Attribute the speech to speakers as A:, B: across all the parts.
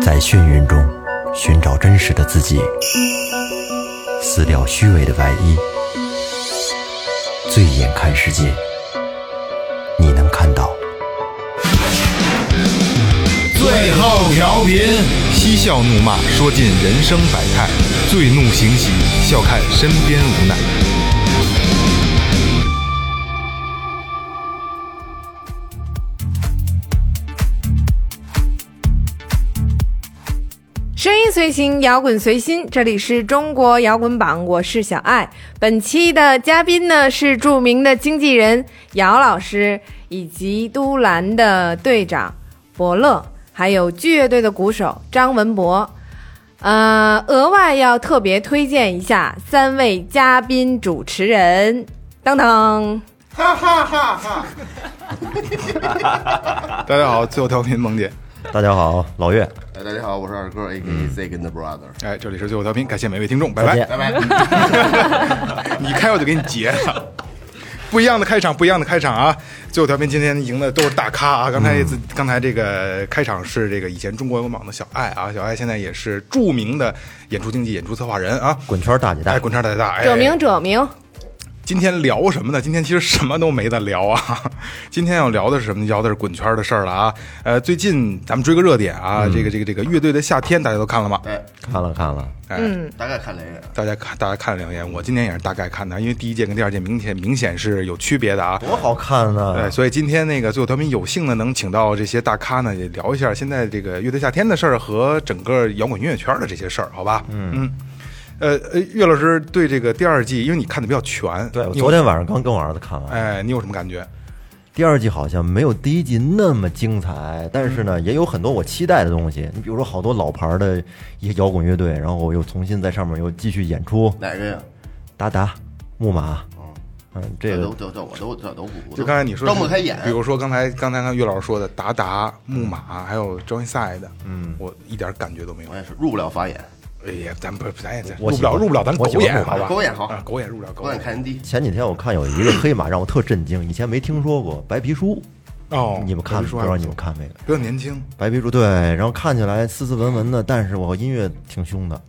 A: 在眩晕中寻找真实的自己，撕掉虚伪的外衣，醉眼看世界，你能看到。
B: 最后调频，
C: 嬉笑怒骂，说尽人生百态；醉怒行喜，笑看身边无奈。
D: 声音随行，摇滚随心，这里是中国摇滚榜，我是小爱。本期的嘉宾呢是著名的经纪人姚老师，以及都兰的队长伯乐，还有剧乐队的鼓手张文博。呃，额外要特别推荐一下三位嘉宾主持人，当当。
C: 大家好，最后调频萌姐，
A: 大家好，老岳，
B: 哎，大家好，我是二哥，A K A Z 跟 the brother。嗯
C: 哎，这里是最后调频，感谢每位听众，拜
A: 再
C: 拜。
A: 见。
C: 你开我就给你截了。 不一样的开场，不一样的开场啊！最后调频今天赢的都是大咖啊！刚才、自刚才这个开场是这个以前中国摇滚榜的小爱啊，小爱现在也是著名的演出经纪、演出策划人啊，
A: 滚圈大姐大
C: 哎，，滚叉大姐大，哎，
D: 者明者明，
C: 今天聊什么呢？今天其实什么都没得聊啊。 今天要聊的是什么？聊的是滚圈的事儿了啊。呃，最近咱们追个热点啊，
A: 嗯
C: 这个这个这个乐队的夏天，大家都看了吗？
B: 哎，
A: 看了看了，
C: 哎，
B: 大概看了一眼，
C: 大家看大家看了两眼，我今年也是大概看的，因为第一届跟第二届明显明显是有区别的啊。
A: 多好看呢、
C: 对，所以今天那个最后调频有幸呢，能请到这些大咖呢，也聊一下现在这个乐队夏天的事儿和整个摇滚音乐圈的这些事儿，好吧？嗯呃呃，岳老师对这个第二季，因为你看的比较全，
A: 对，我
C: 你有
A: 昨天晚上刚跟我儿子看完。
C: 哎，你有什么感觉？
A: 第二季好像没有第一季那么精彩，但是呢，也有很多我期待的东西。你比如说好多老牌儿的一些摇滚乐队，然后我又重新在上面又继续演出，
B: 哪个呀？
A: 达达、木马，嗯，这个
B: 都都都我都这都不，
C: 就刚才你说
B: 张不开眼，
C: 比如说刚才刚才看岳老师说的达达、木马，还有 Johnny Side，嗯，我一点感觉都没有
B: 我。也是入不了法眼，
C: 哎呀，咱不咱也咱
A: 我
C: 入
A: 喜
C: 不了
A: 欢
C: 入不了，咱
A: 我
C: 狗
A: 喜欢
C: 眼
A: 木马
C: 好吧？
B: 狗眼好
C: 啊狗眼入不了狗
B: 狗眼
C: 眼。
B: 看人低。
A: 前几天我看有一个黑马让我特震惊，以前没听说过白皮书，
C: 嗯哦，
A: 你们看
C: 别
A: 不
C: 说还
A: 知道
C: 不
A: 你
C: 错
A: 们看没？有？
C: 比较年轻，
A: 白皮书对，然后看起来斯斯文文的，但是我音乐挺凶的，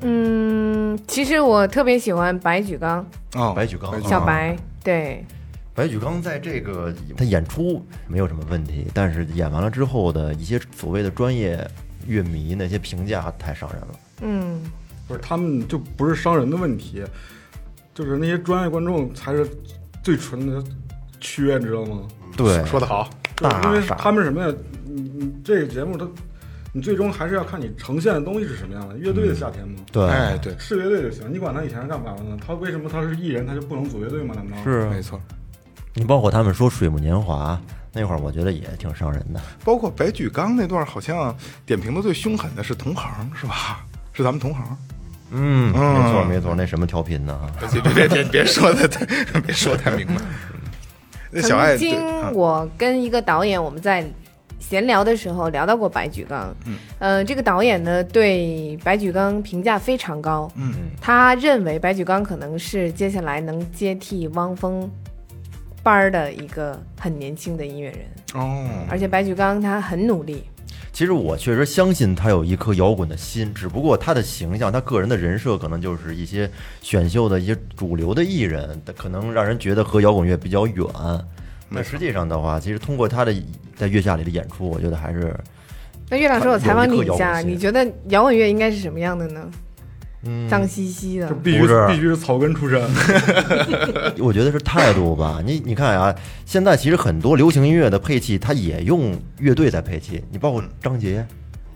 D: 嗯，其实我特别喜欢白举纲，
C: 哦，
A: 白举纲啊
C: 举
D: 小白，对。
A: 白举纲在这个他演出没有什么问题，但是演完了之后的一些所谓的专业乐迷那些评价太伤人了。
D: 嗯，
E: 不是他们就不是商人的问题，就是那些专业观众才是最纯的缺，你知道吗？
A: 对，
C: 说的好，
E: 就是因
A: 大
E: 为
A: 傻
E: 他们什么呀？你你这个节目它，你最终还是要看你呈现的东西是什么样的。乐队的夏天嘛，
A: 嗯对，
C: 哎，对，
E: 是乐队就行，你管他以前是干嘛的呢？他为什么他是艺人，他就不能组乐队吗？难道？
C: 没错。
A: 你包括他们说《水木年华》那会儿，我觉得也挺伤人的。
C: 包括白举纲那段，好像点评的最凶狠的是同行，是吧？是咱们同行。嗯
A: 嗯，没错没错，那什么调频呢？
C: 别别别别说的太 别说太明白。那小爱
D: 曾
C: 对
D: 经
C: 啊
D: 我跟一个导演我们在闲聊的时候聊到过白举纲，嗯，呃，这个导演呢对白举纲评价非常高，
C: 嗯，
D: 他认为白举纲可能是接下来能接替汪峰班儿的一个很年轻的音乐人，
C: 哦，
D: 而且白举纲他很努力，
A: 其实我确实相信他有一颗摇滚的心，只不过他的形象、他个人的人设，可能就是一些选秀的一些主流的艺人，可能让人觉得和摇滚乐比较远。那实际上的话，其实通过他的在月下里的演出，我觉得还是，
D: 那岳老师，我采访你一
A: 有一颗摇滚
D: 下，
A: 心
D: 你觉得摇滚乐应该是什么样的呢？
A: 嗯，
D: 脏兮兮的
E: 就，必须
A: 不是
E: 必须是草根出身，
A: 我觉得是态度吧。你你看啊，现在其实很多流行音乐的配器，它也用乐队在配器，你包括张杰，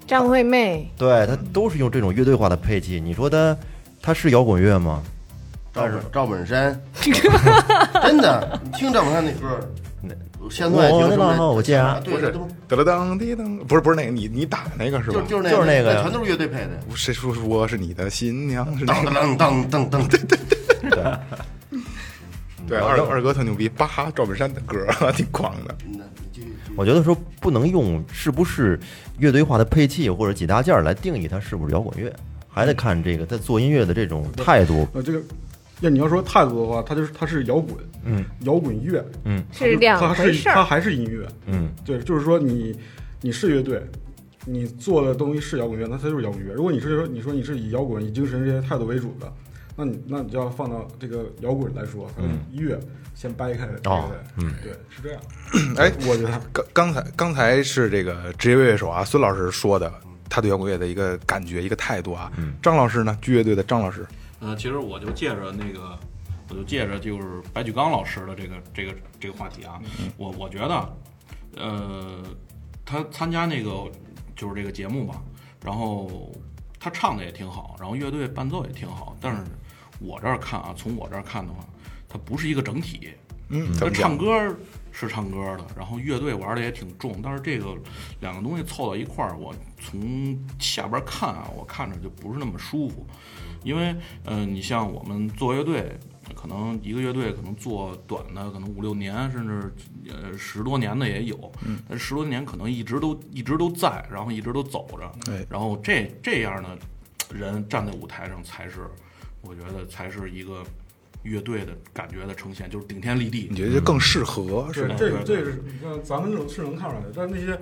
D: 张惠妹，
A: 对他都是用这种乐队化的配器。你说他他是摇滚乐吗？
B: 赵本赵本山，真的，你听赵本山那歌，乡村爱
A: 我
B: 情
A: 的
B: 什
A: 老
B: 么
A: 我家
B: 的，
C: 不
B: 对，
C: 是
B: 都
C: 得了当滴当，不是不是那个你你打的那个是
B: 就
C: 吧？
B: 就是那
A: 就是那个呀
B: 全都是乐队配的。
C: 谁说我是你的新娘是那
B: 噔
C: 个？
B: 噔噔噔噔噔，
C: 对，二二哥特牛逼，叭，赵本山的歌挺狂的。
B: 那你继续继续
A: 我觉得说不能用是不是乐队化的配器或者几大件儿来定义它是不是摇滚乐，还得看这个他做音乐的这种态度。
E: 呃，这个。要你要说态度的话，他就是他是摇滚，
A: 嗯，
E: 摇滚乐
A: 嗯
E: 它
D: 是两
E: 它
D: 回
E: 是
D: 事儿
E: 它还是音乐，
A: 嗯，
E: 对，就是说你你是乐队，你做的东西是摇滚乐，那它就是摇滚乐。如果你是说你说你是以摇滚、以精神这些态度为主的，那你那你就要放到这个摇滚来说，它的乐先掰开，对
A: 嗯哦
E: 不对？嗯，对，是这样。
C: 哎，
E: 我觉
D: 啊
E: 得
C: 刚刚才刚才是这个职业乐手啊，孙老师说的他对摇滚乐的一个感觉、一个态度啊。张老师呢，剧乐队的张老师，
F: 呃，其实我就借着那个，我就借着就是白举纲老师的这个这个这个话题啊，我我觉得，呃，他参加那个就是这个节目嘛，然后他唱的也挺好，然后乐队伴奏也挺好，但是我这儿看啊，从我这儿看的话，它不是一个整体，
C: 嗯，怎
F: 他
C: 么讲
F: 唱？歌是唱歌的，然后乐队玩的也挺重，但是这个两个东西凑到一块儿，我从下边看啊，我看着就不是那么舒服，因为嗯、呃你像我们做乐队，可能呃一个乐队可能做短的，可能五六年，甚至呃十多年的也有，
C: 嗯
F: 但是十多年可能一直都一直都在，然后一直都走着，
C: 哎
F: 然后这这样的人站在舞台上才是，我觉得才是一个。乐队的感觉的呈现就是顶天立地，
C: 你觉得这更适合是
E: 对
C: 吗？，
E: 这
F: 对
E: 个这个是你看咱们这种是能看出来的，但是那些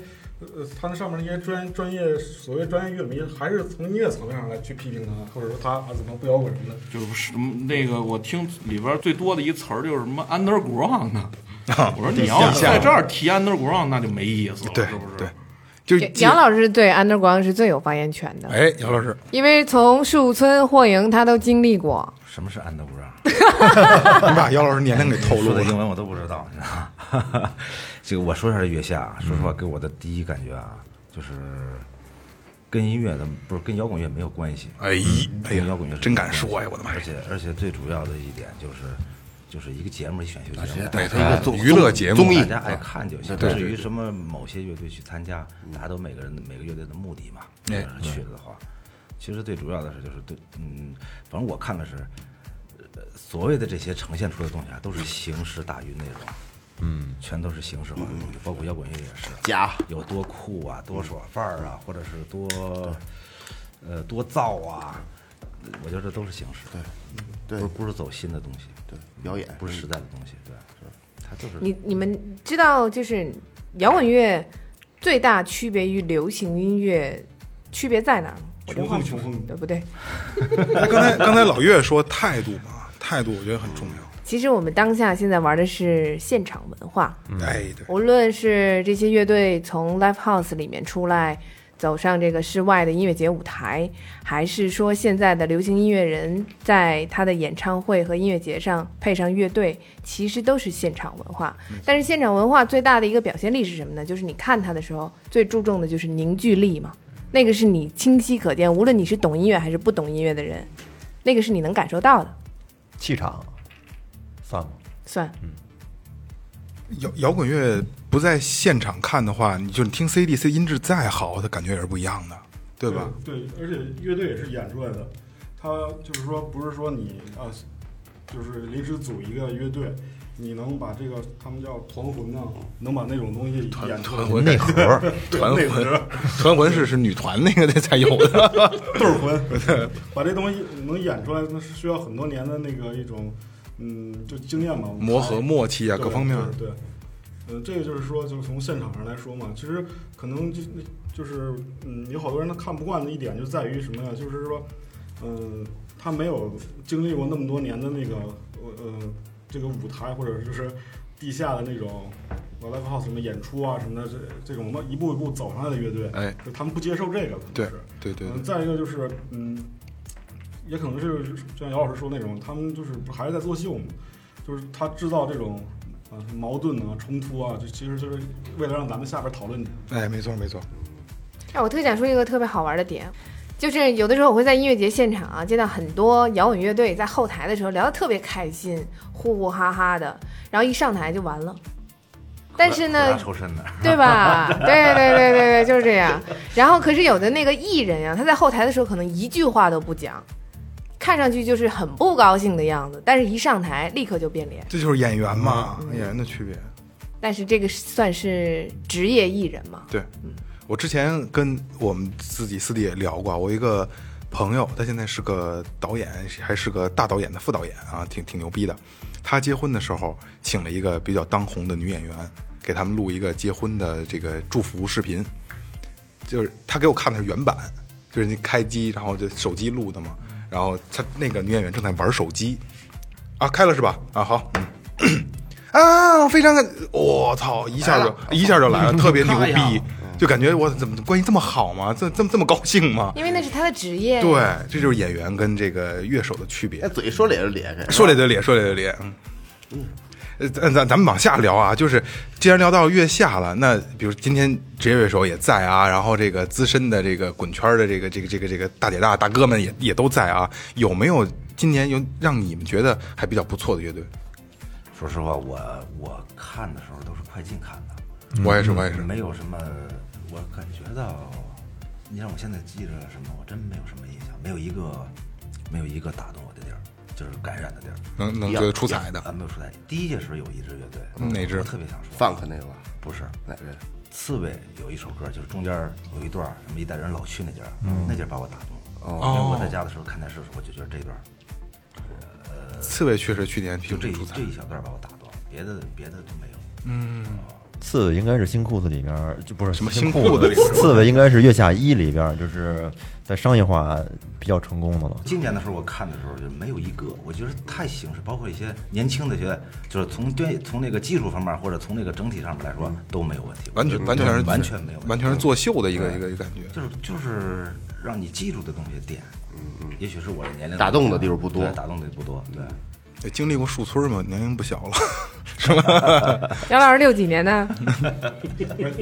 E: 呃，他那上面那些专专业所谓专业乐迷，还是从音乐层面上来去批评他，或者说他啊怎么不摇滚什么的。
F: 就是什么那个，我听里边最多的一词儿就是什么 underground 呢？我说你要
C: 想
F: 是
C: 象
F: 在这儿提 underground，那就没意思了，
C: 对
F: 是不是？
C: 对，就
D: 杨杨老师对 underground 是最有发言权的，
C: 哎，杨老师，
D: 因为从树村、霍营他都经历过。
G: 什么是 underground？
C: 你把哎杨老师年龄给透露
G: 说的英
C: 了。
G: 文我都不知道，你知道吗？这个我说一下这月下啊，说实话，给我的第一感觉啊，就是跟音乐的不是跟摇滚乐没有关系，
C: 哎，哎
G: 跟摇
C: 呀
G: 滚乐是，
C: 真敢说哎呀，我的妈
G: 而
C: 呀！
G: 且而且最主要的一点就是，就是一个节目，一选秀
C: 哎
G: 节目，
B: 对，它一个综
C: 娱乐节目
B: 综艺
G: 大，家
C: 啊
G: 爱看就行。
B: 对
G: 至于什么某些乐队去参加，大家都每个人每个乐队的目的嘛，
C: 哎
G: 要是去了的话，其实最主要的是就是对，嗯，反正我看的是，呃，所谓的这些呈现出来的东西啊，都是形式大于内容，嗯，全都是形式化的东西，包括摇滚乐也是，
B: 假
G: 有多酷啊，多爽范儿啊，或者是多，呃，多造啊，我觉得这都是形式，
B: 对
G: 不是不是走心的东西，
B: 对表演
G: 不是实在的东西，对，它就是
D: 你你们知道，就是摇滚乐最大区别于流行音乐区别在哪儿吗？
E: 穷横穷横，
D: 对不对？
C: 那刚才刚才老岳说态度嘛，态度我觉得很重要。
D: 其实我们当下现在玩的是现场文化，
C: 哎，对，
D: 无论是这些乐队从 live house 里面出来，走上这个室外的音乐节舞台，还是说现在的流行音乐人在他的演唱会和音乐节上配上乐队，其实都是现场文化。但是现场文化最大的一个表现力是什么呢？就是你看它的时候，最注重的就是凝聚力嘛，那个是你清晰可见，无论你是懂音乐还是不懂音乐的人，那个是你能感受到的。
A: 气场算吗？
D: 算，
C: 摇摇滚乐不在现场看的话，你就你听 CDC 音质再好，它感觉也是不一样的，对吧？？
E: 对，而且乐队也是演出来的，他就是说不是说你啊，就是临时组一个乐队，你能把这个他们叫团魂呢，能把那种东西演出来。
C: 魂
A: 内核 儿，
E: 对
C: 团
E: 内
C: 魂，团魂是是女团那个才有的，
E: 对儿魂，把这东西能演出来，那是需要很多年的那个一种，嗯，就经验吧，
C: 磨合默契啊，
E: 对
C: 各方面。
E: 对，对呃，这个就是说，就是从现场上来说嘛，其实可能就就是，嗯，有好多人他看不惯的一点就在于什么呀？就是说，嗯、他没有经历过那么多年的那个，呃，呃这个舞台或者就是地下的那种。我 live house 什么演出啊什么的，这这种一步一步走上来的乐队，
C: 哎，
E: 就他们不接受这个，可能
C: 对
E: 是
C: 对对
E: 嗯，再一个就是，嗯，也可能是就像姚老师说那种，他们就是不还是在作秀嘛，就是他制造这种啊矛盾啊、冲突啊，这其实就是为了让咱们下边讨论去。
C: 对，哎，没错没错，
D: 哎，我特想说一个特别好玩的点，就是有的时候我会在音乐节现场啊，见到很多摇滚乐队在后台的时候聊得特别开心，呼呼哈哈的，然后一上台就完了。但是
G: 苦
D: 呢
G: 大，仇深的。
D: 对 吧？对对对对对，就是这样。然后可是有的那个艺人啊，他在后台的时候可能一句话都不讲，看上去就是很不高兴的样子，但是一上台立刻就变脸。
C: 这就是演员嘛，演员的区别。
D: 但是这个算是职业艺人嘛？
C: 对，我之前跟我们自己私底也聊过，啊我一个朋友，他现在是个导演，还是个大导演的副导演啊，挺挺牛逼的。他结婚的时候请了一个比较当红的女演员，给他们录一个结婚的这个祝福视频。就是他给我看的是原版，就是你开机然后就手机录的嘛，然后他那个女演员正在玩手机，啊，开了是吧？啊，好，嗯。啊，非常感，我、操，一下就一下就来了，特别牛 逼，就感觉我怎么关系这么好吗？这这么这么高兴吗？
D: 因为那是他的职业。
C: 对，这就是演员跟这个乐手的区别
B: 那。哎嘴说咧就咧开，
C: 说咧就咧，说咧就咧。嗯，呃，咱咱咱们往下聊啊，就是既然聊到月下了，那比如今天职业乐手也在啊，然后这个资深的这个滚圈的这个这个这个这个大姐大大哥们也也都在啊，有没有今年有让你们觉得还比较不错的乐队？
G: 说实话，我我看的时候都是快进看的，
C: 我也是，我也是，
G: 没有什么，我感觉到，你让我现在记着什么，我真没有什么印象，没有一个没有一个打动我的地儿，就是感染的地儿。
C: 能能觉得出彩的
G: 啊，没有出彩。第一届时候有一支乐队，
C: 哪支
G: 我特别想说，
B: 放克那个吧，
G: 不是
B: 哪个？
G: 刺猬有一首歌，就是中间有一段儿什么一代人老去那节儿，
C: 嗯
G: 那节儿把我打动了。
C: 哦
G: 因为我在家的时候看电视的时候，我就觉得这段儿
C: 刺猬确实去年
G: 就
C: 挺
G: 这一
C: 出彩
G: 这。一小段儿把我打动了，别的别的都没有。
A: 刺猬应该是新裤子里边儿，就不是什
C: 么新裤子里边儿
A: 刺猬应该是月下一里边儿，就是在商业化比较成功的了。
G: 今年的时候，我看的时候就没有一个，我觉得太形式，包括一些年轻的觉得，就是从对从那个技术方面或者从那个整体上面来说都没有问题，
C: 嗯完全完全是嗯
G: 完全没有问题，
C: 完全是作秀的一个一个一个感觉。
G: 就是就是让你记住的东西点，嗯嗯，也许是我的年龄
B: 打动的地儿不多
G: 对打动的不多，对，
C: 也哎经历过树村嘛，年龄不小了，
D: 姚老师六几年的？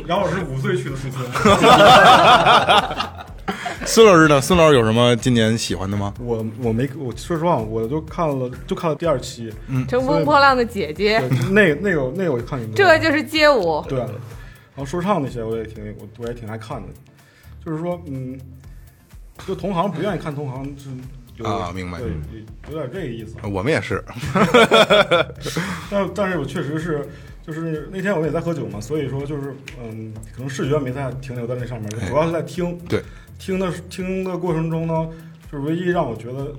E: 然后我是五岁去的树村，
C: 孙老师呢？孙老师有什么今年喜欢的吗？
E: 我我没我说实话，我就看了就看了第二期，嗯，
D: 乘风破浪的姐姐，
E: 那那个那个我看你们
D: 这就是街舞。
E: 对，然后说唱那些我也挺我我也挺爱看的，就是说嗯，就同行不愿意看同行是有
C: 啊明白
E: 对，有点这个意思。啊
C: 我们也是，
E: 但但是我确实是，就是那天我也在喝酒嘛，所以说就是嗯，可能视觉没在停留在那上面，主要是在听。
C: 对，
E: 听的听的过程中呢，就是唯一让我觉得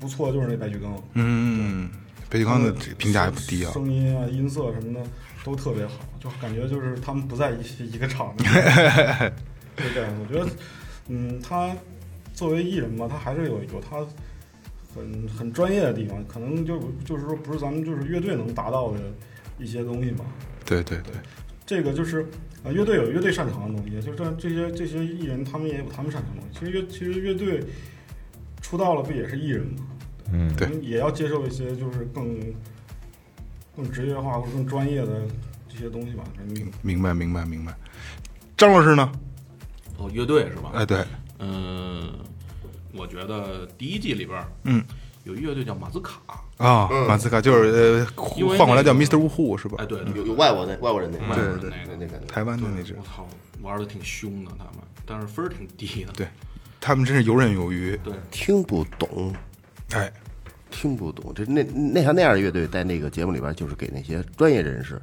E: 不错就是那白举纲，
C: 嗯，北极
E: 他
C: 康的这个评价也不低啊。
E: 声音啊、音色什么的都特别好，就感觉就是他们不在一一个场 子。对这样，我觉得，嗯，他作为艺人嘛，他还是有有他很很专业的地方，可能就就是说不是咱们就是乐队能达到的一些东西吧。
C: 对对对，
E: 这个就是呃，乐队有乐队擅长的东西，就是这这些这些艺人他们也有他们擅长的东西。其实乐其实乐队出道了不也是艺人吗？
A: 嗯，
C: 对
E: 我们也要接受一些就是更更职业化或者更专业的这些东西吧。反正
C: 明明白明白明白。张老师呢？
F: 哦，乐队是吧？
C: 哎，对，
F: 嗯，我觉得第一季里边，
C: 嗯，
F: 有乐队叫马兹卡，
C: 啊，马斯卡就是呃，
F: 因为
C: 换过来叫
F: 那
C: Mr.
F: 个
C: Wu Hu 是吧
F: 哎，？对，
B: 有有外国那外国人那
F: 外国人
B: 对
F: 那个
B: 那感觉，
C: 台湾的那支
F: 我，操，玩的挺凶的他们，但是分儿挺低的。
C: 对他们真是游刃有余。
F: 对，
B: 听不懂，
C: 哎，
B: 听不懂。这那那像那样的乐队，在那个节目里边，就是给那些专业人士，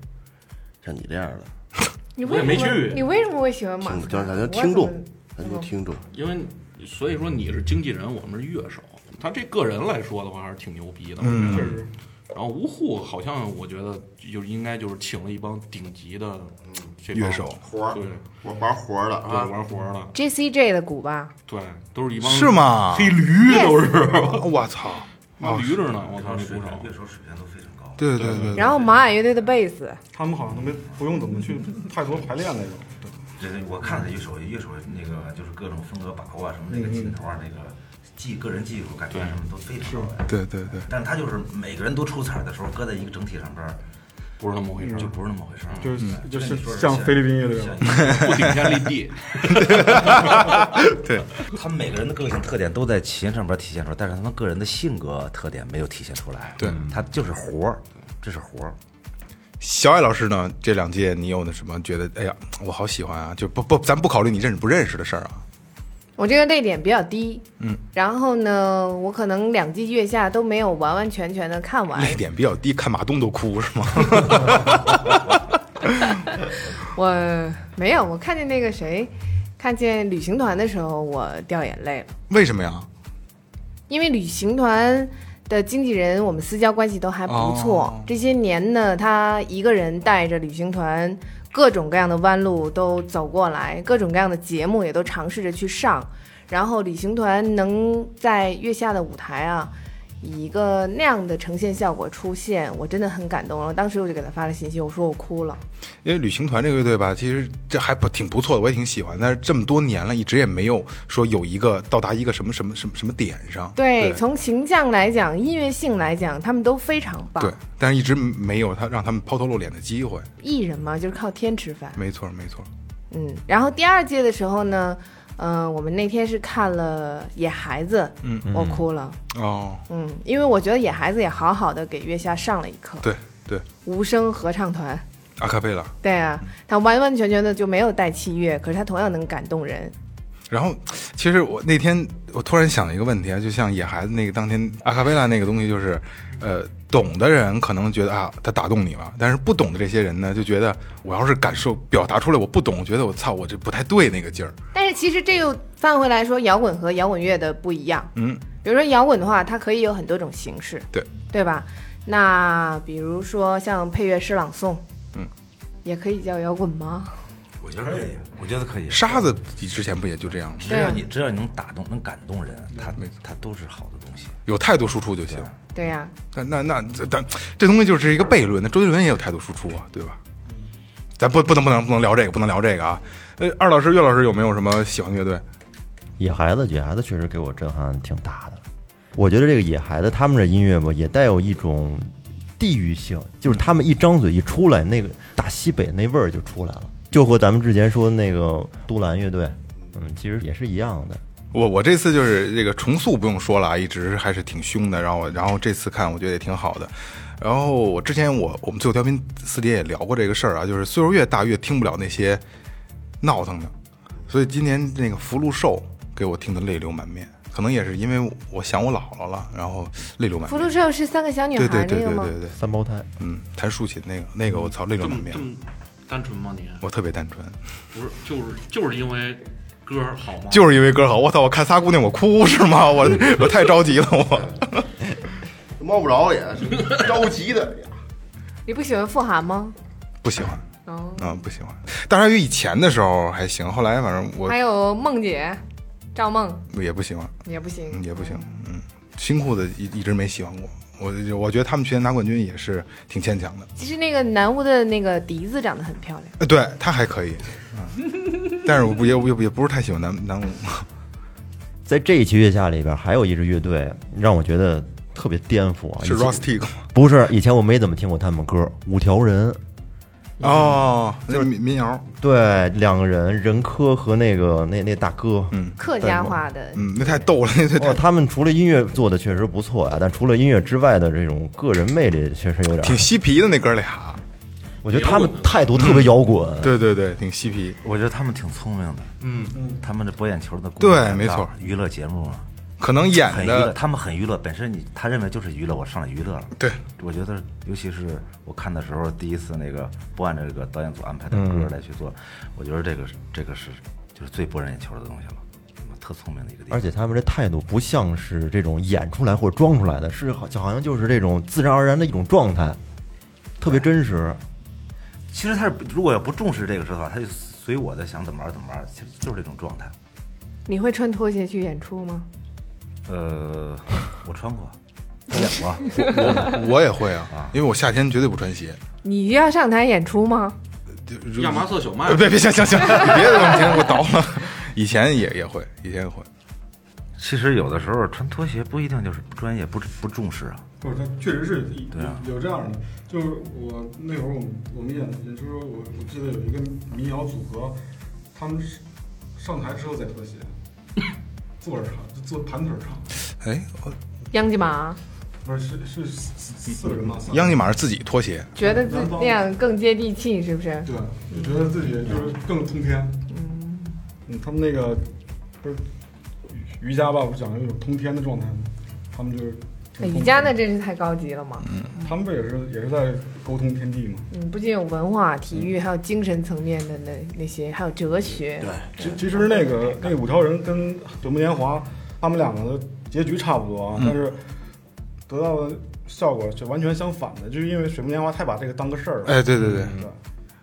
B: 像你这样的，
D: 你
F: 我也没去
D: 你为什么会喜欢马
B: 听
D: 斯
B: 就是
D: 克？
B: 咱就
D: 我
B: 听众
D: 怎么，
B: 咱就听众。
F: 因为所以说你是经纪人，我们是乐手。他这个人来说的话，还是挺牛逼的。嗯
E: 确实，
F: 然后芜湖好像我觉得就是应该就是请了一帮顶级的这帮
C: 乐手
B: 活儿
F: 对，
B: 我玩活儿的啊
F: 对，玩活儿的，
D: JCJ 的鼓吧，
F: 对，都是一帮
C: 是？吗？
F: 黑驴都是，
C: 我操！
F: 妈驴着
B: 哦
F: 呢，我操，那
G: 水
F: 鼓手
G: 平乐手水平都非常高，
C: 对对对对，
D: 然后马雅乐队的贝斯，
E: 他们好像都没不用怎么去太多排练那种。对
G: 这个我看了乐手乐手那个就是各种风格把握啊，什么那个劲头啊，那个技个人技术感觉
F: 对
G: 什么都非常好。
C: 对对对，
G: 但是他就是每个人都出彩儿的时候，搁在一个整体上边儿，
F: 不是那么回事儿，
G: 就不是那么回事儿。
E: 就是
G: 对
E: 就
G: 跟你说
E: 是
G: 是
E: 像
G: 像
E: 菲律宾乐队
G: 像
F: 不顶天立 地。
G: 他们每个人的个性特点都在琴上边体现出来，但是他们个人的性格特点没有体现出来。
C: 对，
G: 他就是活儿，这是活儿。
C: 小艾老师呢？这两届你有那什么觉得？哎呀，我好喜欢啊！就不不，咱不考虑你认识不认识的事儿啊。
D: 我这个泪点比较低，嗯，然后呢，我可能两季月下都没有完完全全的看完，
C: 泪点比较低，看马东都哭是吗？
D: 我没有，我看见那个谁，看见旅行团的时候，我掉眼泪了，
C: 为什么呀？
D: 因为旅行团的经纪人，我们私交关系都还不错。
C: 哦
D: 这些年呢，他一个人带着旅行团各种各样的弯路都走过来，各种各样的节目也都尝试着去上。然后旅行团能在月下的舞台啊，以一个那样的呈现效果出现，我真的很感动了。当时我就给他发了信息，我说我哭了。
C: 因为旅行团这个乐队吧，其实这还不挺不错的，我也挺喜欢。但是这么多年了，一直也没有说有一个到达一个什么什么什么什么点上。
D: 对，从形象来讲，音乐性来讲，他们都非常棒。
C: 对，但是一直没有他让他们抛头露脸的机会。
D: 艺人嘛，就是靠天吃饭。
C: 没错，没错。
D: 嗯，然后第二届的时候呢，嗯、我们那天是看了《野孩子》，
C: 嗯，
D: 我哭了，
C: 哦，
D: 嗯，因为我觉得《野孩子》也好好的给月下上了一课，
C: 对对，
D: 无声合唱团，
C: 阿卡贝拉。
D: 对啊，他完完全全的就没有带器乐，可是他同样能感动人，
C: 然后，其实我那天我突然想了一个问题啊，就像野孩子那个当天阿卡贝拉那个东西，就是，呃，懂的人可能觉得啊，他打动你了，但是不懂的这些人呢，就觉得我要是感受表达出来我不懂，我觉得我操，我这不太对那个劲儿。
D: 但是其实这又翻回来说，摇滚和摇滚乐的不一样。
C: 嗯，
D: 比如说摇滚的话，它可以有很多种形式，
C: 对
D: 对吧？那比如说像配乐诗朗诵，
C: 嗯，
D: 也可以叫摇滚吗？
G: 我觉得可以，我觉得可以。
C: 沙子之前不也就这样吗？
G: 只要
D: 啊
G: 你只要你能打动、能感动人，它它都是好的东西。
C: 有态度输出就行。
D: 对啊呀、
C: 但那那但这东西就是一个悖论，那周杰伦也有态度输出啊，对吧？咱不不能不能不能聊这个，不能聊这个啊。呃，二老师、岳老师有没有什么喜欢的乐队？
A: 野孩子，野孩子确实给我震撼挺大的。我觉得这个野孩子他们这音乐吧，也带有一种地域性，就是他们一张嘴一出来，那个大西北那味儿就出来了，就和咱们之前说的那个都兰乐队，嗯，其实也是一样的。
C: 我我这次就是这个重塑不用说了啊，一直还是挺凶的。然后我然后这次看我觉得也挺好的。然后我之前我我们最后调频四姐也聊过这个事儿啊，就是岁数越大越听不了那些闹腾的，所以今年那个福禄寿给我听得泪流满面，可能也是因为我想我姥姥了，然后泪流满
D: 福
C: 面。
D: 禄寿是三个小女
C: 对对
D: 孩
C: 对
D: 那
C: 对
D: 个
C: 对
D: 吗？
C: 对对，
A: 三胞胎，
C: 嗯，弹竖琴那个那个我操泪流
F: 这
C: 满
F: 么
C: 面
F: 这，么单纯吗你？
C: 我特别单纯，
F: 不是，就是就是因为歌儿好吗？
C: 就是因为歌好，我操，我看仨姑娘我哭是吗？我我太着急了我。
B: 摸不着也是着急的。
D: 你不喜欢富含吗？
C: 不喜欢，
D: 哦，
C: 嗯，不喜欢。大鲨鱼以前的时候还行，后来反正我
D: 还有梦姐，赵梦
C: 也不喜欢，
D: 也不行，
C: 嗯也不行。嗯，新裤子一一直没喜欢过。我我觉得他们去年拿冠军也是挺牵强的，
D: 其实那个南巫的那个笛子长得很漂亮，
C: 呃，对他还可以，嗯，但是我不也也也不是太喜欢男男舞，
A: 在这一期月下里边，还有一支乐队让我觉得特别颠覆啊，
C: 是
A: 以前
C: Rustic
A: 不是以前我没怎么听过他们歌，五条人，
C: 哦，就是民民谣，
A: 对，两个人，任科和那个那那大哥，嗯。
D: 客家话的
C: 嗯，那太逗了，那 太
A: 哦，他们除了音乐做的确实不错呀、但除了音乐之外的这种个人魅力，确实有点
C: 挺。嬉皮的那哥俩，
A: 我觉得他们态度特别摇滚，
C: 对对对，挺嬉皮，
G: 我觉得他们挺聪明的，
F: 嗯，
G: 他们这博眼球的功
C: 对
G: 夫很
C: 没
G: 大
C: 错
G: 娱乐节目啊，
C: 可能演
G: 很娱乐，
C: 的
G: 他们很娱乐，本身你他认为就是娱乐，我上来娱乐了。
C: 对，
G: 我觉得尤其是我看的时候，第一次那个不按这个导演组安排的
A: 嗯
G: 歌来去做，我觉得这个是这个是就是最博人眼球的东西了，嗯特聪明的一个地方。
A: 而且他们这态度不像是这种演出来或者装出来的，是好像好像就是这种自然而然的一种状态，特别真实。
G: 其实他是如果要不重视这个事儿的话，他就随我的想怎么玩儿怎么玩儿，其实就是这种状态。
D: 你会穿拖鞋去演出吗？
G: 呃，我穿 过，我演过，
C: 我也会啊，因为我夏天绝对不穿鞋，
D: 你要上台演出吗？
C: 就就
F: 亚麻色小麦
C: 呃，别别行行行，你别往前给我倒了。以前也也会，以前也会，
G: 其实有的时候穿拖鞋不一定就是不专业，不不重视啊。
E: 不是，他确实是有
G: 对啊
E: 有这样的，就是我那会儿我们我们演，也就是说我我记得有一个民谣组合，他们是上台之后再脱 鞋，坐着唱，就坐盘腿儿唱，
C: 哎，我
D: 央吉玛
E: 不是是是四四个人嘛，三个人
C: 央尼玛是自己脱鞋，
D: 觉得自己那样更接地气，是不是？
E: 对，我觉得自己就是更通天。嗯，他们那个不是瑜伽吧，不是讲究一种通天的状态吗？他们就是挺
D: 哎
E: 通
D: 瑜伽那真是太高级了嘛！
C: 嗯
E: 天的，他们不也是也是在沟通天地吗？
D: 嗯，不仅有文化、体
C: 嗯
D: 育，还有精神层面的那那些，还有哲学。
E: 其其实那个那五条人跟九木年华他们两个的结局差不多啊，
C: 嗯
E: 但是得到的效果是完全相反的，就是因为水木年华太把这个当个事儿了。
C: 哎
E: 嗯
C: 哎，对对对，
E: 对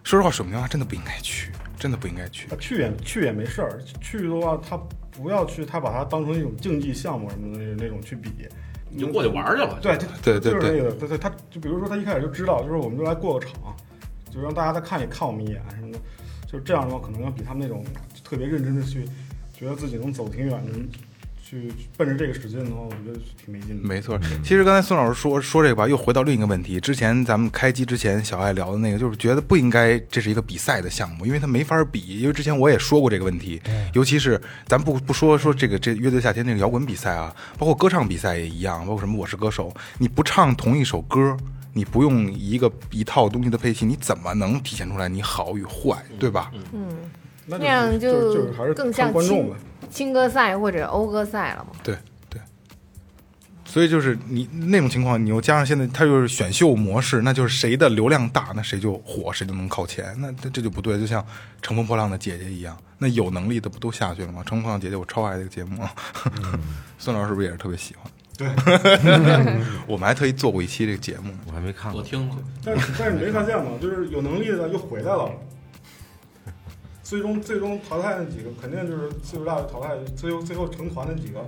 C: 说实话，水木年华真的不应该去，真的不应该去
E: 他。去也去也没事儿，去的话他不要去，他把它当成一种竞技项目什么的那那种去比，
F: 你就过去玩儿去了。
E: 对，就
C: 对对
E: 就是
C: 对
E: 那个，对对，他就比如说他一开始就知道，就是我们就来过个场，就让大家再看也看我们一眼什么的，就是这样的话，可能要比他们那种特别认真的去，觉得自己能走挺远的，去奔着这个使劲的话，我觉得挺没劲的。
C: 没错，其实刚才孙老师说说这个吧，又回到另一个问题。之前咱们开机之前，小爱聊的那个，就是觉得不应该这是一个比赛的项目，因为它没法比。因为之前我也说过这个问题，尤其是咱不不说说这个这乐队夏天这个摇滚比赛啊，包括歌唱比赛也一样，包括什么我是歌手，你不唱同一首歌。你不用一个一套东西的配器，你怎么能体现出来你好与坏，对吧？
E: 那
D: 那样
E: 就就就是还是
D: 更
E: 看
D: 像
E: 观众
D: 青
E: 吧。
D: 青歌赛或者欧歌赛了嘛。
C: 对对，所以就是你那种情况，你又加上现在它又是选秀模式，那就是谁的流量大，那谁就火，谁就能靠前，那这这就不对，就像《乘风破浪的姐姐》一样，那有能力的不都下去了吗？《乘风破浪姐姐》我超爱这个节目， 孙老师是不是也是特别喜欢？对， 我们还特意做过一期这个节目呢。
G: 我还没看
F: 我
G: 过。
F: 听了，
E: 但是但是你没看见吗？就是有能力的又回来了。最终最终淘汰那几个，肯定就是岁数大的淘汰，最后最后成团那几个，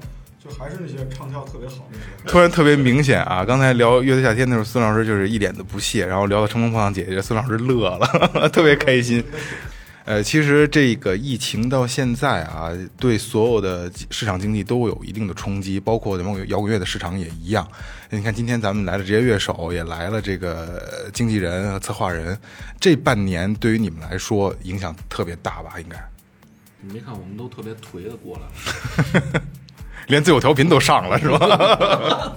E: 就还是那些唱跳特别好那些。
C: 突然特别明显啊！刚才聊《乐队夏天》的时候，孙老师就是一脸的不屑，然后聊到《乘风破浪姐姐》，孙老师乐了， 特别开心。呃，其实这个疫情到现在啊，对所有的市场经济都有一定的冲击，包括咱们摇滚乐的市场也一样。你看，今天咱们来了职业乐手，也来了这个呃经纪人、策划人，这半年对于你们来说影响特别大吧？应该
F: 你没看我们都特别颓的过来了。
C: 连最后调频都上了是吧？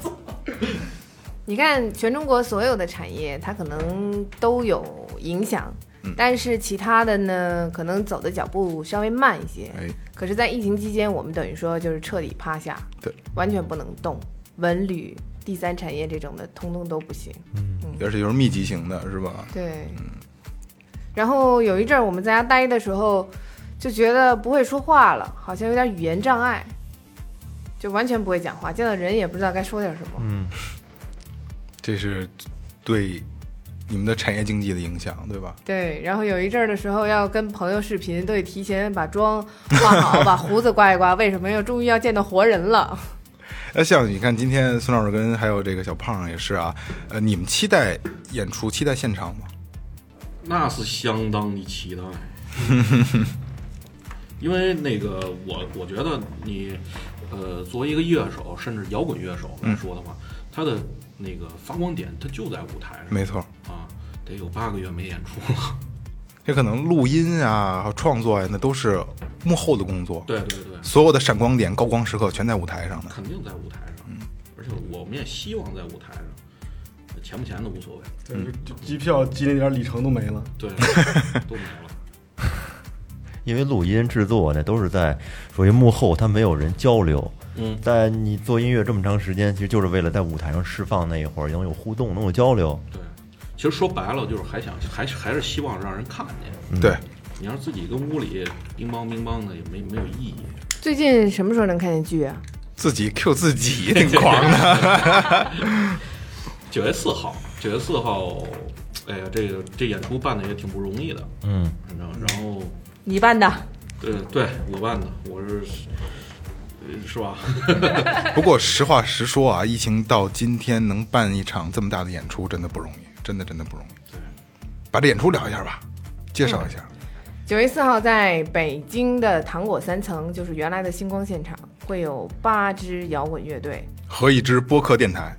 D: 你看，全中国所有的产业，它可能都有影响，
C: 嗯
D: 但是其他的呢，可能走的脚步稍微慢一些。
C: 哎，
D: 可是，在疫情期间，我们等于说就是彻底趴下，
C: 对，
D: 完全不能动，文旅、第三产业这种的，通通都不行。
C: 嗯而且又是密集型的，是吧？
D: 对。
C: 嗯
D: 然后有一阵儿我们在家待的时候，就觉得不会说话了，好像有点语言障碍，就完全不会讲话，见到人也不知道该说点什么。
C: 这是对你们的产业经济的影响，对吧？
D: 对，然后有一阵儿的时候要跟朋友视频，都得提前把妆化好， 把胡子刮一刮。为什么要终于要见到活人了？
C: 那像你看，今天孙老师跟还有这个小胖也是啊，呃，你们期待演出、期待现场吗？
F: 那是相当的期待， 因为那个我我觉得你，呃，作为一个乐手，甚至摇滚乐手来说的话，他的那个发光点，他就在舞台上
C: 没错，
F: 啊，得有八个月没演出了。
C: 这可能录音啊、和创作呀、那都是幕后的工作，
F: 对对对，
C: 所有的闪光点、高光时刻全在舞台上的。
F: 肯定在舞台上，
C: 嗯
F: 而且我们也希望在舞台上，钱不钱的无所谓，
E: 对，就就机票机那点里程都没了。
F: 对， 都没了。
A: 因为录音制作呢，都是在属于幕后，他没有人交流。
F: 嗯，
A: 在你做音乐这么长时间，其实就是为了在舞台上释放那一会儿能有互动，能有交流。
F: 对，其实说白了就是还想还是还是希望让人看见。
C: 对，
F: 你要是自己跟屋里乒乓乒乓的，也没没有意义。
D: 最近什么时候能看见剧啊？
C: 自己 Q 自己挺狂的。
F: 九月四号，九月四号，哎呀，这个这演出办的也挺不容易的，
A: 嗯，
F: 反正然后，
D: 你办的？
F: 对对，我办的，我是，呃是 吧？
C: 不过实话实说啊，疫情到今天能办一场这么大的演出，真的不容易，真的真的不容易。
F: 对，
C: 把这演出聊一下吧，介绍一下。
D: 九月四号在北京的糖果三层，就是原来的星光现场，会有八支摇滚乐队。
C: 和一支播客电台。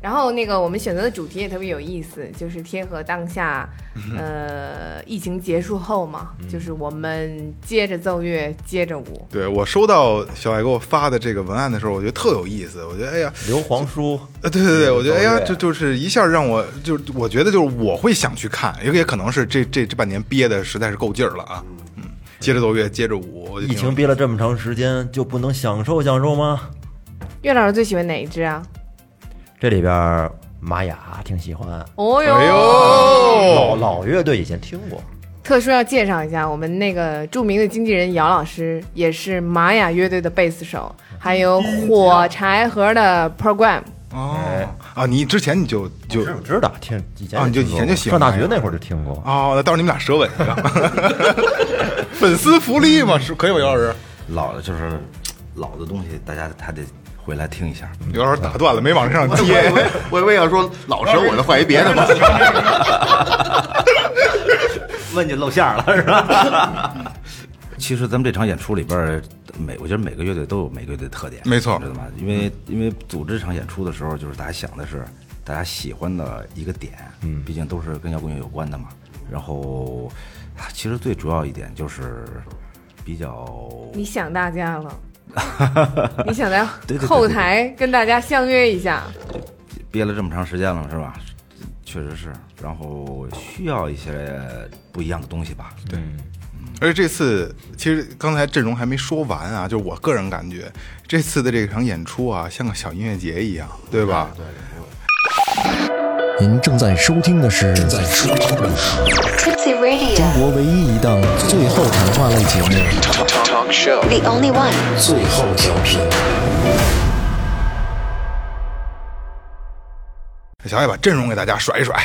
D: 然后那个我们选择的主题也特别有意思，就是贴合当下，呃，疫情结束后嘛，就是我们接着奏乐，接着舞。
C: 对我收到小爱给我发的这个文案的时候，我觉得特有意思。我觉得哎呀，
A: 刘皇叔，
C: 呃，对对对，我觉得哎呀，
A: 对
C: 就就是一下让我就我觉得就是我会想去看，也也可能是这这这半年憋的实在是够劲儿了啊。嗯，接着奏乐，接着舞，我就
A: 疫情憋了这么长时间，就不能享受享受吗？
D: 岳老师最喜欢哪一支啊？
A: 这里边儿玛雅挺喜欢，
D: 哦
C: 哎
A: 老
C: 呦，
A: 老乐队以前听过，
D: 特殊要介绍一下，我们那个著名的经纪人姚老师，也是玛雅乐队的贝斯手，还有火柴盒的 Program
C: 哦啊，你之前你就就
A: 其实我知道，听以前
C: 啊你就
A: 也听
C: 以前就
A: 过
C: 喜欢
A: 上大
C: 那
A: 学
C: 个
A: 那会儿就听过，
C: 哦，那到时候你们俩舌吻一个， 粉丝福利嘛，是可以吧？姚老师，
G: 老的就是老的东西，大家还得回来听一下。
C: 姚老师打断了，没往 上
B: 我
C: 接。
B: 我我我也要说老实，我就换一别的吧。
G: 问你露馅了是吧？其实咱们这场演出里边儿，每我觉得每个乐队都有每个乐队的特点，
C: 没错
G: 你知道吗？因为因为组织这场演出的时候，就是大家想的是大家喜欢的一个点，嗯，毕竟都是跟摇滚乐有关的嘛。然后，啊其实最主要一点就是比较
D: 你想大家了，你想在
G: 对对对对
D: 后台跟大家相约一下，
G: 憋了这么长时间了，是吧？确实是，然后需要一些不一样的东西吧。对，
C: 而且这次其实刚才阵容还没说完啊，就是我个人感觉这次的这场演出啊，像个小音乐节一样，对吧？对
H: 您正在收听的是正在收听的是
I: Tipsy Radio,
H: 中国唯一一档最后谈话类节目
I: the only one.
H: 《最后调频》。
C: 小野把阵容给大家甩一甩，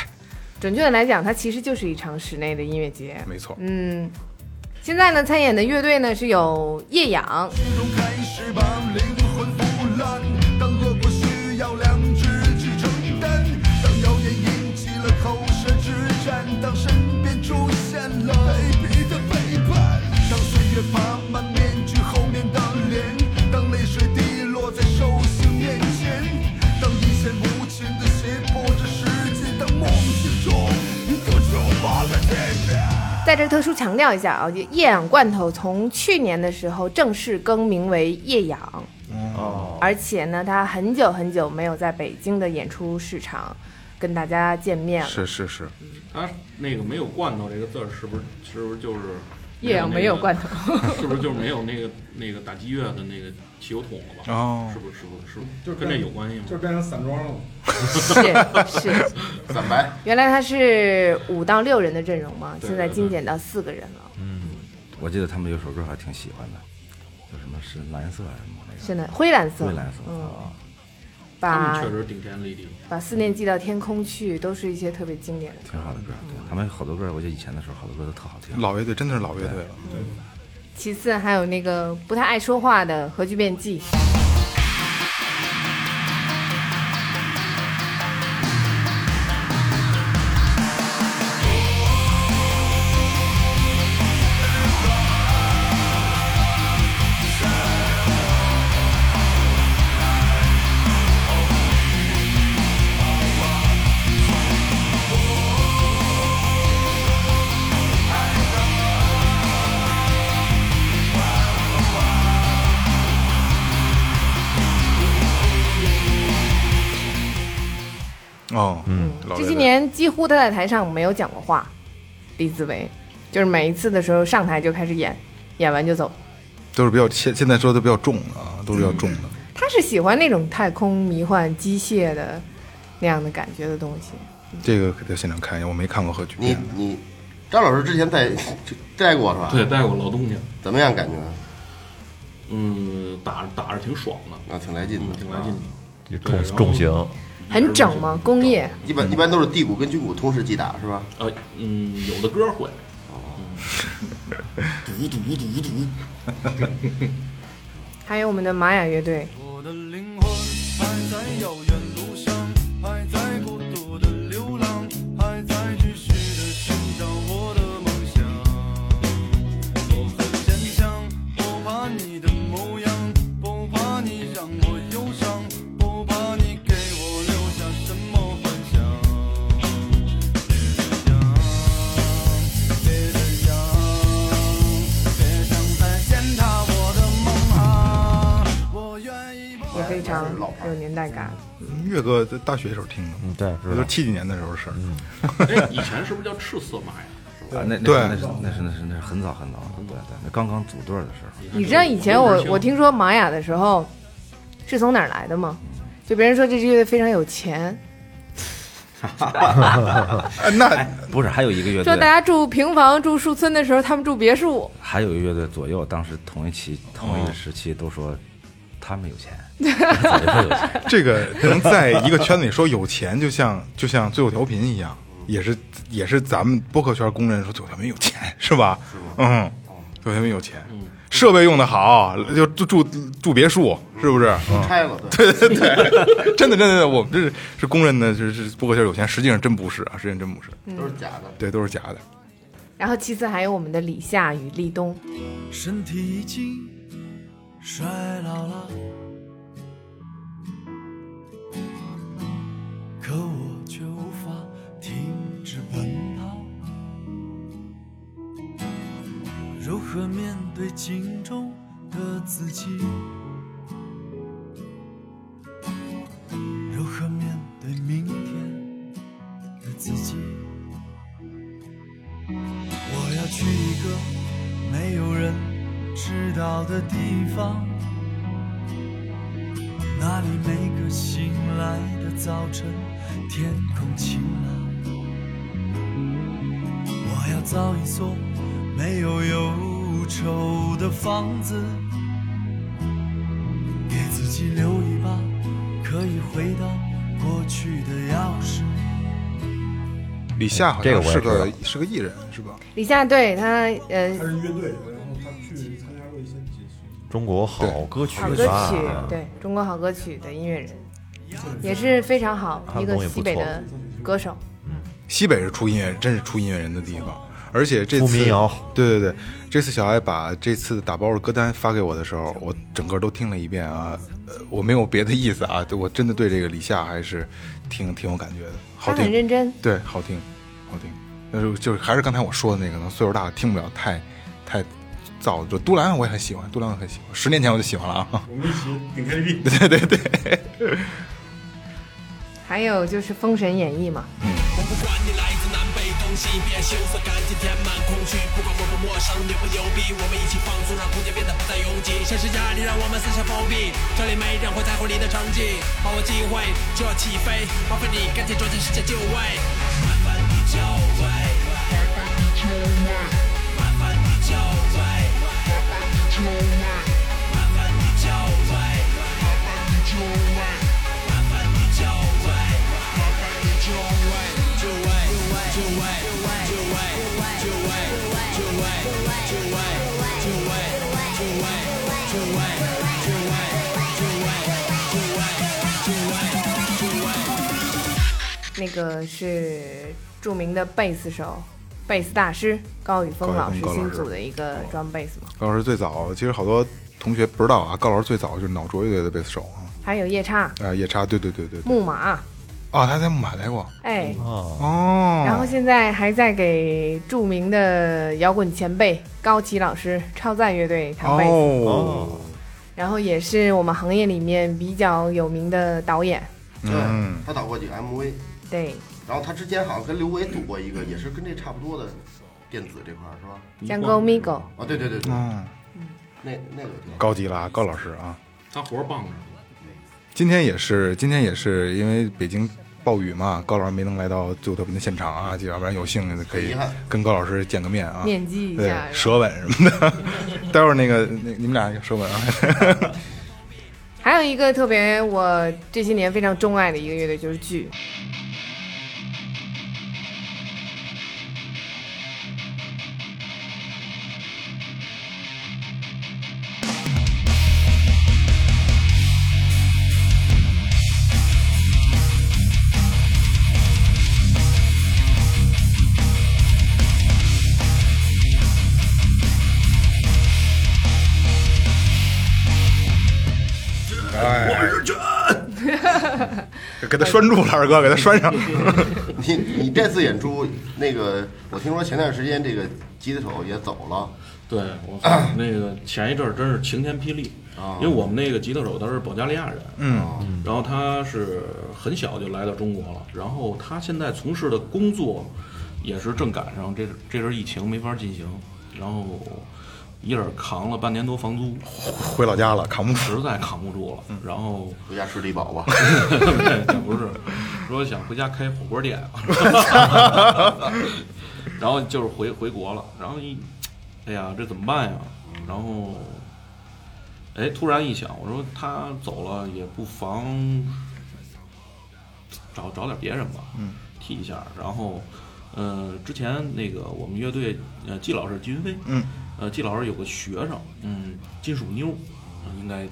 D: 准确的来讲，它其实就是一场室内的音乐节。
C: 没错。
D: 嗯，现在呢，参演的乐队呢是有夜仰，在这儿特殊强调一下啊，夜氧罐头从去年的时候正式更名为夜氧，
G: 嗯
D: 哦，而且呢，它很久很久没有在北京的演出市场跟大家见面了。
C: 是是是，
F: 它啊那个没有“罐头”这个字儿，是不是是不是就是
D: 夜氧没有罐头，
F: 头， 是不是就是没有那个那个打击乐的那个汽油桶了吧？
C: 哦
F: 是不是是不是是不是
E: 就是
F: 跟这有关系吗？
E: 就是变成散装了嘛。
D: 是是，
B: 散白，
D: 原来它是五到六人的阵容嘛，现在精简到四个人了。
G: 我记得他们有首歌还挺喜欢的，叫什么是蓝色还是什么那个？
D: 现在灰蓝色，
G: 灰蓝色
D: 嗯，
G: 啊，
F: 他们
D: 把
F: 嗯确实顶天立地。
D: 把思念寄到天空去，都是一些特别经典的歌。
G: 挺好的歌。对，他们好多歌，我记得以前的时候好多歌都特好听。
C: 老乐队真的是老乐队了。
D: 其次还有那个不太爱说话的核聚变剂，
C: 哦，嗯，老
D: 这
C: 乐队。
D: 些年几乎他在台上没有讲过话。李子维就是每一次的时候上台就开始演，演完就走。
C: 都是比较现现在说的比较重的啊，都是比较重的。
D: 他是喜欢那种太空迷幻、机械的那样的感觉的东西。
C: 这个给在现场看一下，我没看过贺剧
B: 你
C: 片。
B: 你，张老师之前在就摘过是吧？
F: 对，带过老东家，
B: 怎么样感觉？
F: 嗯，打打着挺爽的，
B: 啊，挺来劲的，
F: 挺来劲的。
A: 就
F: 对然后
A: 重重型，
D: 很整吗？工业
B: 一般一般都是地鼓跟军鼓同时击打是吧？
F: 呃，嗯，有的歌会，
D: 还有我们的玛雅乐队，
J: 我的灵魂还在遥远路上，还在孤独的流浪，还在继续的寻找我的梦想。我很坚强，不怕你的模样，不怕你让我忧伤，不怕你给我留下什么幻想。别这样，别这样，别想再践踏我的梦啊！我愿意把。
D: 也非常有年代感。
C: 岳哥在大学时候听的，
A: 嗯，对，
C: 这
A: 知
C: 都
A: 道
C: 是。七几年的时候的事儿。
F: 哎，以前是不是叫赤色马呀？
G: 啊，那那
C: 对
G: 那是那是那是那是很早很早了，对对，那刚刚组队的时候，
D: 你知道以前我我听说玛雅的时候，是从哪儿来的吗？就别人说这支乐队非常有钱，
C: 啊，那
G: 不是还有一个乐
D: 说大
G: 队，
D: 家住平房、住树村的时候，他们住别墅。
G: 还有一个乐队左右，当时同一期同一个时期都说他们有钱，早就会有钱。
C: 这个能在一个圈子里说有钱， 就像就像最后调频一样，也是也是咱们播客圈公认说最后调频有钱，是吧？嗯，最后调频有钱，设备用的好，就住住住别墅，是不是？ 嗯
B: 拆了，对，
C: 对对对，真的真的，真的，我们这是是公认的，就是播客圈有钱，实际上真不是啊，实际上真不是，
B: 都是假的。
C: 对，都是假的。
D: 然后其次还有我们的李夏与立冬，
J: 身体已经衰老了，可我却无法停止奔跑。如何面对镜中的自己？如何面对明天的自己？我要去一个没有人知道的地方，那里每个醒来的早晨，天空晴朗。我要造一所没有忧愁的房子，给自己留一把可以回到过去的钥匙。
C: 李夏好
A: 这个
C: 像
A: 我也
C: 是
A: 知
C: 个
A: 道
C: 是个艺人，是吧？
D: 李夏对他呃
E: 他是乐队，然后他去参加过一些节
A: 中国好歌曲啊
D: 好歌
A: 吧
D: 曲，对中国好歌曲的音乐人，
C: 嗯
D: 也是非常好
A: 韩
D: 一
A: 冬
D: 个
A: 也不
D: 西北
A: 错
D: 的歌手。
C: 西北是出音乐，真是出音乐人的地方。而且这
A: 出
C: 次
A: 民谣
C: 对对对，这次小爱把这次打包的歌单发给我的时候，我整个都听了一遍啊，呃，我没有别的意思啊，对我真的对这个李夏还是挺挺有感觉的，好
D: 他很
C: 听，
D: 认真，
C: 对，好听，好听。但是就是还是刚才我说的那个，可能岁数大了听不了太太燥。就杜兰我也很喜欢，杜兰我很喜欢，十年前我就喜欢了啊。
E: 目，我们一起顶 KTV。
D: 还有就是《封神演义》嘛，那个是著名的贝斯手、贝斯大师高宇峰
C: 高宇峰
D: 老师
C: 高老师
D: 新组的一个装贝斯嘛，
C: 高老师最早，其实好多同学不知道啊，高老师最早就是脑浊乐队的贝斯手啊，
D: 还有夜叉、
C: 啊夜叉，对对对对对，
D: 木马，
C: 啊他在木马来过
D: 哎，
A: 啊，
C: 嗯哦，
D: 然后现在还在给著名的摇滚前辈高旗老师超赞乐队弹贝斯，
C: 哦，
D: 然后也是我们行业里面比较有名的导演，
C: 嗯
B: 对，他导过几个 MV，
D: 对，
B: 然后他之前好像跟刘维组过一个，也是跟这差不多的电子这块儿是吧？
D: Django Migo，
B: 啊，对对对对，
C: 嗯，
B: 那那个挺好。
C: 高级了啊，高老师啊，
F: 他活儿棒着呢。
C: 今天也是，今天也是因为北京暴雨嘛，高老师没能来到最后特别的现场啊，要不然有幸可以
B: 遗憾
C: 跟高老师见个面啊，
D: 面基一
C: 对
D: 下，
C: 舌吻什么的。 待会儿那个那你们俩舌 吻啊，
D: 还有一个特别我这些年非常钟爱的一个乐队就是剧，
C: 给他拴住了，二哥给他拴上。
B: 你你这次演出，那个我听说前段时间这个吉他手也走了，
F: 对我 那个前一阵儿真是晴天霹雳，因为我们那个吉他手他是保加利亚人，嗯，然后他是很小就来到中国了，然后他现在从事的工作也是正赶上这这阵儿疫情没法进行，然后一人扛了半年多房租，
C: 回老家了，扛不住。
F: 实在扛不住了，然后
B: 回家吃低保 吧。
F: 不是，说想回家开火锅店，然后就是回回国了，然后一，哎呀，这怎么办呀？然后哎，突然一想，我说他走了也不妨找找点别人吧，嗯，替一下。然后，呃，之前那个我们乐队，呃，季老师季云飞，
C: 嗯，
F: 呃，季老师有个学生，嗯，金属妞，呃应该，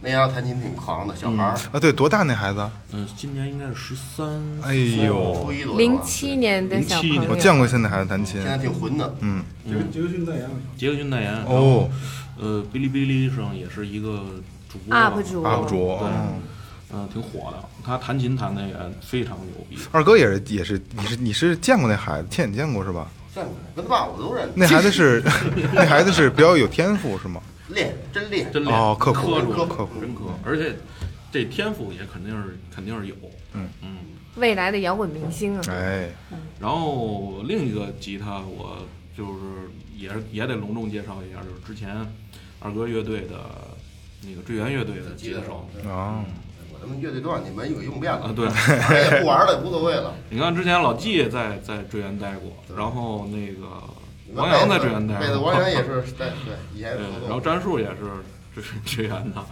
B: 那丫头弹琴挺狂的，小孩儿，
C: 啊，对，多大那孩子？
F: 嗯、今年应该是十三，
C: 哎呦，
B: 初一
F: 哦
B: 左右
D: 零
B: 吧，
D: 七年的小朋
F: 07年
C: 我
D: 友，
C: 见过现在孩子弹琴
B: 现，在挺混的，
C: 嗯，
E: 杰克杰克逊代言，
F: 杰克逊代言，然后
C: 哦，
F: 呃，哔哩哔哩上也是一个主播吧
D: UP 主
C: ，UP 主，
F: 对
C: 哦
F: 嗯，挺火的。他弹琴弹的也非常牛逼。
C: 二哥也是也是，你是你是见过那孩子，亲眼见过是吧？
B: 见过跟他爸我都认识，
C: 那孩子是 那孩子是比较有天赋是吗？
B: 练真练，
F: 真练
C: 哦刻苦
F: 磕住了
C: 刻苦
F: 真磕，而且这天赋也肯定是肯定是有，
C: 嗯
F: 嗯。
D: 未来的摇滚明星啊，
C: 哎，
F: 然后另一个吉他，我就是也是也得隆重介绍一下，就是之前二哥乐队的那个追源乐队的吉他手
C: 啊，
B: 我他妈乐队都让你们有用遍
F: 啊，
B: 了，
F: 对，
B: 玩儿也不玩儿了，也无所谓了。
F: 你看之前老纪也在在追源待过，然后那个
B: 你们
F: 王阳在
B: 贝
F: 追
B: 斯
F: 源待
B: 贝斯
F: 过，
B: 王阳也是在对以前
F: 对
B: 合，作
F: 然
B: 过，
F: 后詹树也是追追源的，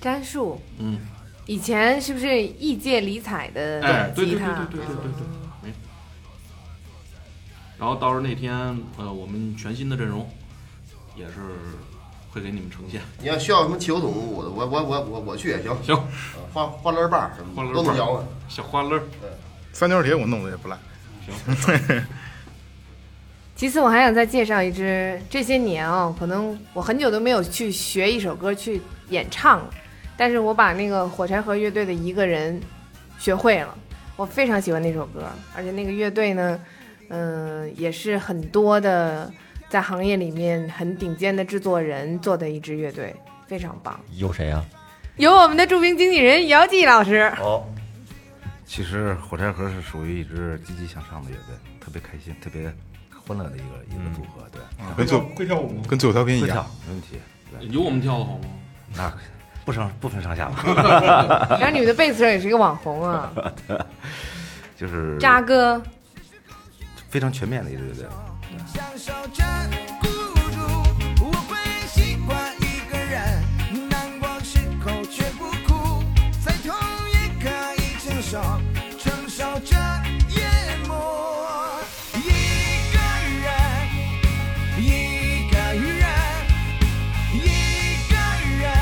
D: 詹树
F: 嗯，
D: 以前是不是异界理彩的
F: 哎，对
D: 吉
F: 对对对
D: 他？
F: 对对对对，没。然后到时候那天，呃，我们全新的阵容也是会给你们呈现。
B: 你要需要什么汽油桶，我我我我我我去也行，
F: 行，
B: 呃花花篮儿把儿什么
F: 花
B: 的
F: 轮
B: 都能摇
F: 儿
B: 啊。，
F: 小花轮儿，
C: 三角铁我弄的也不赖，
F: 行，
D: 其次，我还想再介绍一支，这些年哦，可能我很久都没有去学一首歌去演唱了，但是我把那个火柴盒乐队的一个人学会了，我非常喜欢那首歌，而且那个乐队呢，嗯、也是很多的在行业里面很顶尖的制作人做的一支乐队，非常棒。
A: 有谁啊？
D: 有我们的著名经纪人姚继老师，
A: 哦，
G: 其实火柴盒是属于一支积极向上的乐队，特别开心、特别欢乐的一个一个组合，对，
C: 跟
E: 跳
C: 最
E: 会跳舞吗？
C: 跟最后调频一
G: 会
C: 样
G: 跳，没问题，对，
F: 有我们跳的好吗？
G: 那不上不分上下吧，
D: 然后你们的贝斯手也是一个网红啊，
G: 就是
D: 渣哥，
G: 非常全面的一支乐队。
J: 享受着孤独，我不习惯一个人，难过时候却不哭，再痛也可以承受，承受着夜幕。一个人，一个人，一个人，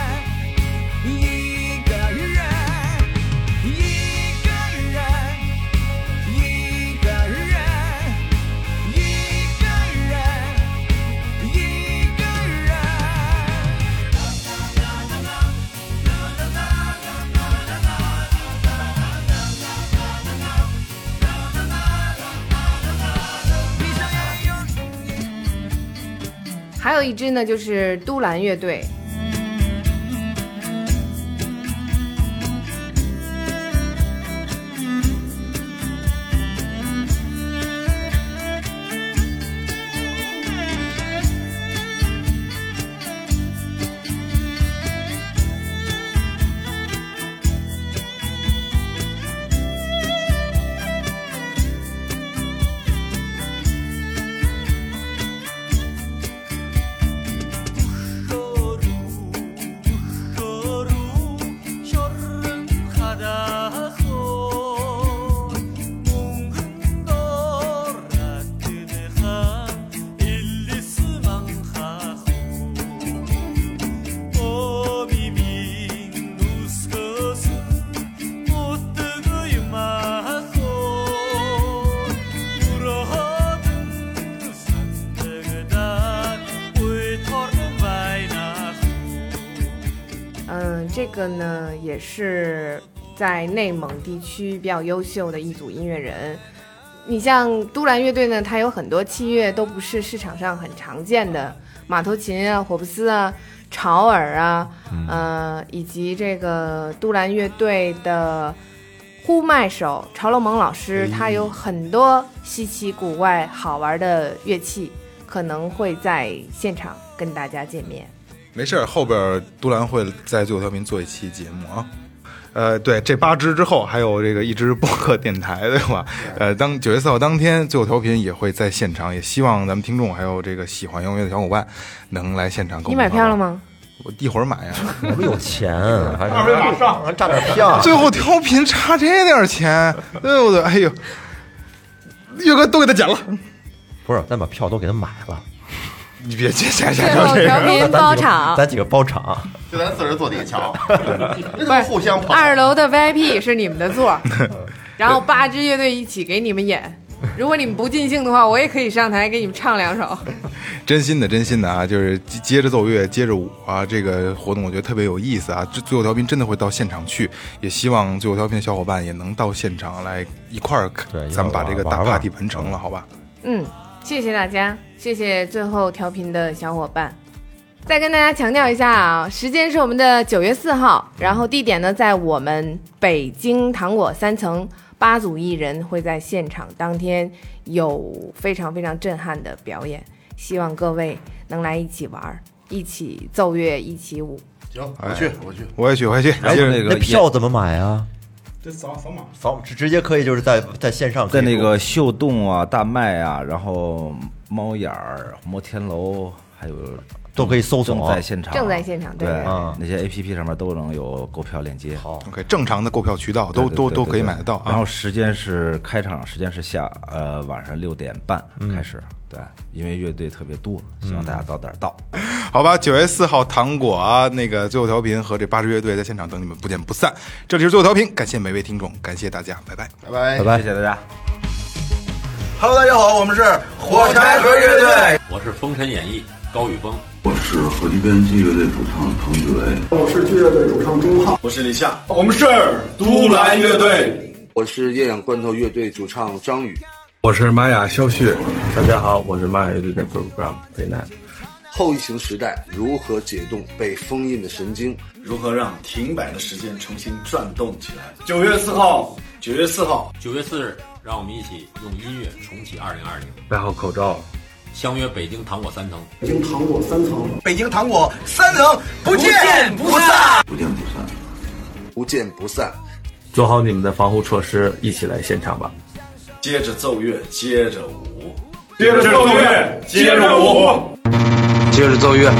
J: 一个人，一个人，一个人。一个人，一个人。
D: 还有一支呢就是都兰乐队。嗯，这个呢也是在内蒙地区比较优秀的一组音乐人。你像都兰乐队呢，它有很多器乐都不是市场上很常见的，马头琴啊、火布斯啊、潮耳啊，呃，以及这个都兰乐队的呼麦手潮龙蒙老师，他有很多稀奇古怪、好玩的乐器，可能会在现场跟大家见面。
C: 没事儿，后边儿都兰会在最后调频做一期节目啊。呃，对，这八支之后还有这个一支播客电台，对吧？呃，当九月四号当天，最后调频也会在现场，也希望咱们听众还有这个喜欢摇滚乐的小伙伴能来现场跟我
D: 你
C: 们
D: 买
C: 一块儿
D: 票了
C: 玩？
D: 吗？
C: 我一会儿买呀。啊
A: 我们有钱，还是二维码上还差点票。
C: 最后调频差这点钱，对不对？哎呦，岳哥都给他剪了，
A: 不是，咱把票都给他买了，
C: 你别接下下
D: 最
C: 下这个。
A: 咱
D: 后调频
A: 几个
D: 包场，
A: 咱几个包场。
B: 就咱四人坐底下 瞧，那就互相捧。
D: 二楼的 VIP 是你们的座儿，然后八支乐队一起给你们演。如果你们不尽兴的话，我也可以上台给你们唱两首。
C: 真心的，真心的啊，就是接接着奏乐，接着舞啊，这个活动我觉得特别有意思啊。最最后调频真的会到现场去，也希望最后调频的小伙伴也能到现场来一块儿看
A: 对，
C: 咱们把这个
A: 一块儿
C: 大
A: 玩玩
C: party 完成了，好吧？
D: 嗯，谢谢大家，谢谢最后调频的小伙伴。再跟大家强调一下啊，时间是我们的九月四号，然后地点呢在我们北京糖果三层，八组艺人会在现场，当天有非常非常震撼的表演，希望各位能来一起玩儿，一起奏乐，一起舞。
B: 行，
J: 哎
B: 我去，我去。
C: 我也去，我也去。哎
G: 然
C: 接
G: 后
C: 着
G: 那个
A: 那
G: 也
A: 票怎么买啊？
E: 这扫扫码，
A: 扫直直接可以就是在在线上
G: 在
A: 可以
G: 那个秀动啊、大麦啊，然后猫眼儿、摩天楼，还有
A: 都可以搜索
G: 正在现场，
D: 正在现场对
G: 对
A: 嗯，
G: 那些 A P P 上面都能有购票链接，好，
C: OK，正常的购票渠道都都都可以买得到
G: 然
C: 啊
G: 后。时间是开场时间是下呃晚上六点半
A: 嗯
G: 开始，对，因为乐队特别多，希望大家早点到。
C: 好吧，九月四号糖果啊，那个最后调频和这八支乐队在现场等你们，不见不散。这里是最后调频，感谢每位听众，感谢大家，拜拜。
B: 拜拜
A: 拜。拜
G: 谢。谢大家。
B: Hello，大家好，我们是火柴盒乐队。
K: 我是《封神演义》高宇峰。
J: 我是夜氧罐头乐队主唱张宇。
H: 我是玛雅肖旭，大家好，我是玛雅乐队的 program 北南。
J: 后疫情时代如何解冻被封印的神经？
H: 如何让停摆的时间重新转动起来？九月四号，九月四号，
K: 九月四日，让我们一起用音乐重启二零二零，
H: 戴好口罩。
K: 相约北京糖果三层。
H: 北京糖果三层不见不散，
J: 不见不散。
K: 做好你们的防护措施，一起来现场吧！
H: 接着奏乐，接着舞，
E: 接着奏乐，接着舞。
H: 接着奏乐，